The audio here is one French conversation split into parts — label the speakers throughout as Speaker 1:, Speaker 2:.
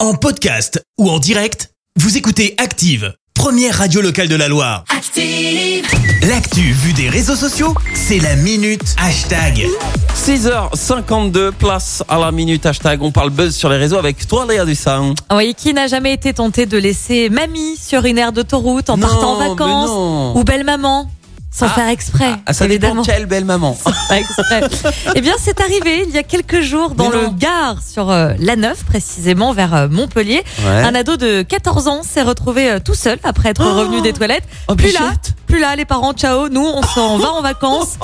Speaker 1: En podcast ou en direct, vous écoutez Active, première radio locale de la Loire.
Speaker 2: Active.
Speaker 1: L'actu vue des réseaux sociaux, c'est la minute hashtag.
Speaker 3: 6h52, place à la minute hashtag. On parle buzz sur les réseaux avec toi, Léa Dussin.
Speaker 4: Oui, qui n'a jamais été tenté de laisser mamie sur une aire d'autoroute en
Speaker 3: Non,
Speaker 4: partant en
Speaker 3: mais
Speaker 4: vacances
Speaker 3: non.
Speaker 4: ou belle maman sans
Speaker 3: Ah,
Speaker 4: faire exprès,
Speaker 3: Ah, ça dépend
Speaker 4: évidemment.
Speaker 3: de quelle belle maman.
Speaker 4: Pas exprès. eh bien, c'est arrivé il y a quelques jours dans
Speaker 3: Mais
Speaker 4: le
Speaker 3: non.
Speaker 4: Gard, sur euh, la Neuve précisément, vers euh, Montpellier.
Speaker 3: Ouais.
Speaker 4: Un ado de 14 ans s'est retrouvé euh, tout seul après être
Speaker 3: Hein Oh.
Speaker 4: revenu des toilettes.
Speaker 3: Oh,
Speaker 4: plus là,
Speaker 3: Bichette.
Speaker 4: plus là, les parents, ciao, nous, on s'en va en vacances.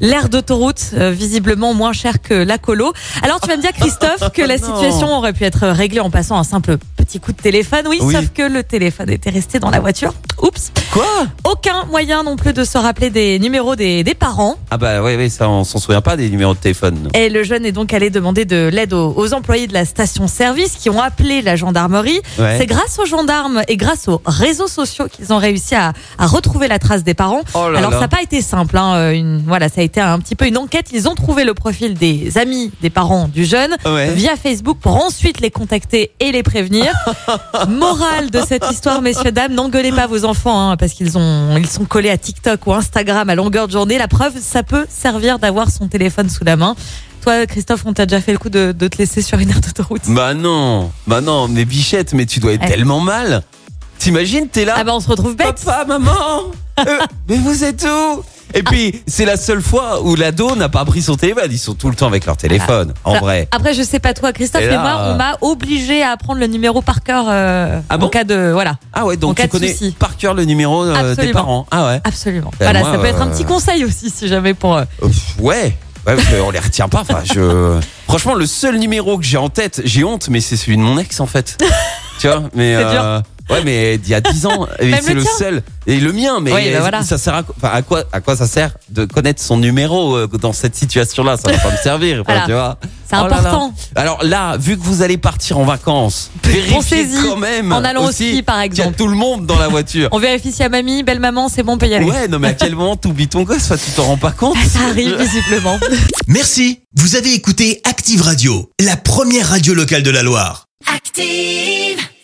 Speaker 4: L'aire d'autoroute, euh, visiblement moins chère que la colo. Alors, tu vas me dire, Christophe, que la
Speaker 3: Non.
Speaker 4: situation aurait pu être réglée en passant un simple petit coup de téléphone. Oui,
Speaker 3: Oui.
Speaker 4: sauf que le téléphone était resté dans la voiture. Oups.
Speaker 3: Quoi
Speaker 4: Aucun moyen non plus de se rappeler des numéros des, des parents.
Speaker 3: Ah bah oui, oui, ça on s'en souvient pas des numéros de téléphone.
Speaker 4: Et le jeune est donc allé demander de l'aide aux, aux employés de la station-service qui ont appelé la gendarmerie.
Speaker 3: Ouais.
Speaker 4: C'est grâce aux gendarmes et grâce aux réseaux sociaux qu'ils ont réussi à, à retrouver la trace des parents.
Speaker 3: Oh là
Speaker 4: Alors
Speaker 3: là.
Speaker 4: ça n'a pas été simple. hein, euh, une- voilà, ça a été un petit peu une enquête. Ils ont trouvé le profil des amis des parents du jeune
Speaker 3: Ouais.
Speaker 4: via Facebook pour ensuite les contacter et les prévenir. Morale de cette histoire, messieurs dames, n'engueulez pas vos enfants hein, parce qu'ils ont ils sont collés à TikTok ou Instagram à longueur de journée. La preuve, ça peut servir d'avoir son téléphone sous la main. Toi, Christophe, on t'a déjà fait le coup de, de te laisser sur une aire d'autoroute.
Speaker 3: Bah non, bah non, mais Bichette, mais tu dois être
Speaker 4: Ouais.
Speaker 3: tellement mal. T'imagines, t'es là.
Speaker 4: Eh. Ah bah on se retrouve bête.
Speaker 3: Papa, maman, euh, mais vous êtes où Et puis, c'est la seule fois où l'ado n'a pas pris son téléphone. Ils sont tout le temps avec leur téléphone, en
Speaker 4: Alors,
Speaker 3: vrai.
Speaker 4: Après, je sais pas toi, Christophe,
Speaker 3: Et
Speaker 4: mais
Speaker 3: là,
Speaker 4: moi,
Speaker 3: euh,
Speaker 4: on m'a obligé à apprendre le numéro par cœur euh,
Speaker 3: Ah
Speaker 4: en
Speaker 3: bon
Speaker 4: cas de voilà.
Speaker 3: Ah ouais,
Speaker 4: en
Speaker 3: donc
Speaker 4: cas
Speaker 3: tu
Speaker 4: de
Speaker 3: connais
Speaker 4: souci.
Speaker 3: par cœur le numéro euh, des
Speaker 4: Absolument.
Speaker 3: parents. Ah ouais.
Speaker 4: Absolument.
Speaker 3: Ben,
Speaker 4: voilà,
Speaker 3: moi,
Speaker 4: ça peut être un
Speaker 3: euh,
Speaker 4: petit conseil aussi, si jamais pour. euh,
Speaker 3: Euh, pff, ouais. Ouais, parce que on les retient pas. Enfin, je. Franchement, le seul numéro que j'ai en tête, j'ai honte, mais c'est celui de mon ex en fait. tu vois, mais. euh,
Speaker 4: C'est dur.
Speaker 3: Ouais, mais il y a 10 ans, et
Speaker 4: Même
Speaker 3: c'est
Speaker 4: le
Speaker 3: le,
Speaker 4: tien.
Speaker 3: seul. Et le mien, mais
Speaker 4: Oui, bah
Speaker 3: euh,
Speaker 4: voilà.
Speaker 3: ça sert à, quoi- enfin, à quoi à quoi ça sert de connaître son numéro euh, dans cette situation-là Ça va pas me servir, quoi,
Speaker 4: Voilà.
Speaker 3: tu vois.
Speaker 4: C'est
Speaker 3: Oh là là.
Speaker 4: important.
Speaker 3: Alors là, vu que vous allez partir en vacances, vérifiez
Speaker 4: Pensez-y,
Speaker 3: quand même
Speaker 4: en allant au ski, par
Speaker 3: qu'il y a
Speaker 4: exemple.
Speaker 3: tout le monde dans la voiture.
Speaker 4: On vérifie si y a mamie, belle maman, c'est bon, on peut y aller. Bah,
Speaker 3: Ouais, non mais à quel moment t'oublies ton gosse Enfin, Tu t'en rends pas compte
Speaker 4: Ça arrive visiblement.
Speaker 1: Merci, vous avez écouté Active Radio, la première radio locale de la Loire.
Speaker 2: Active.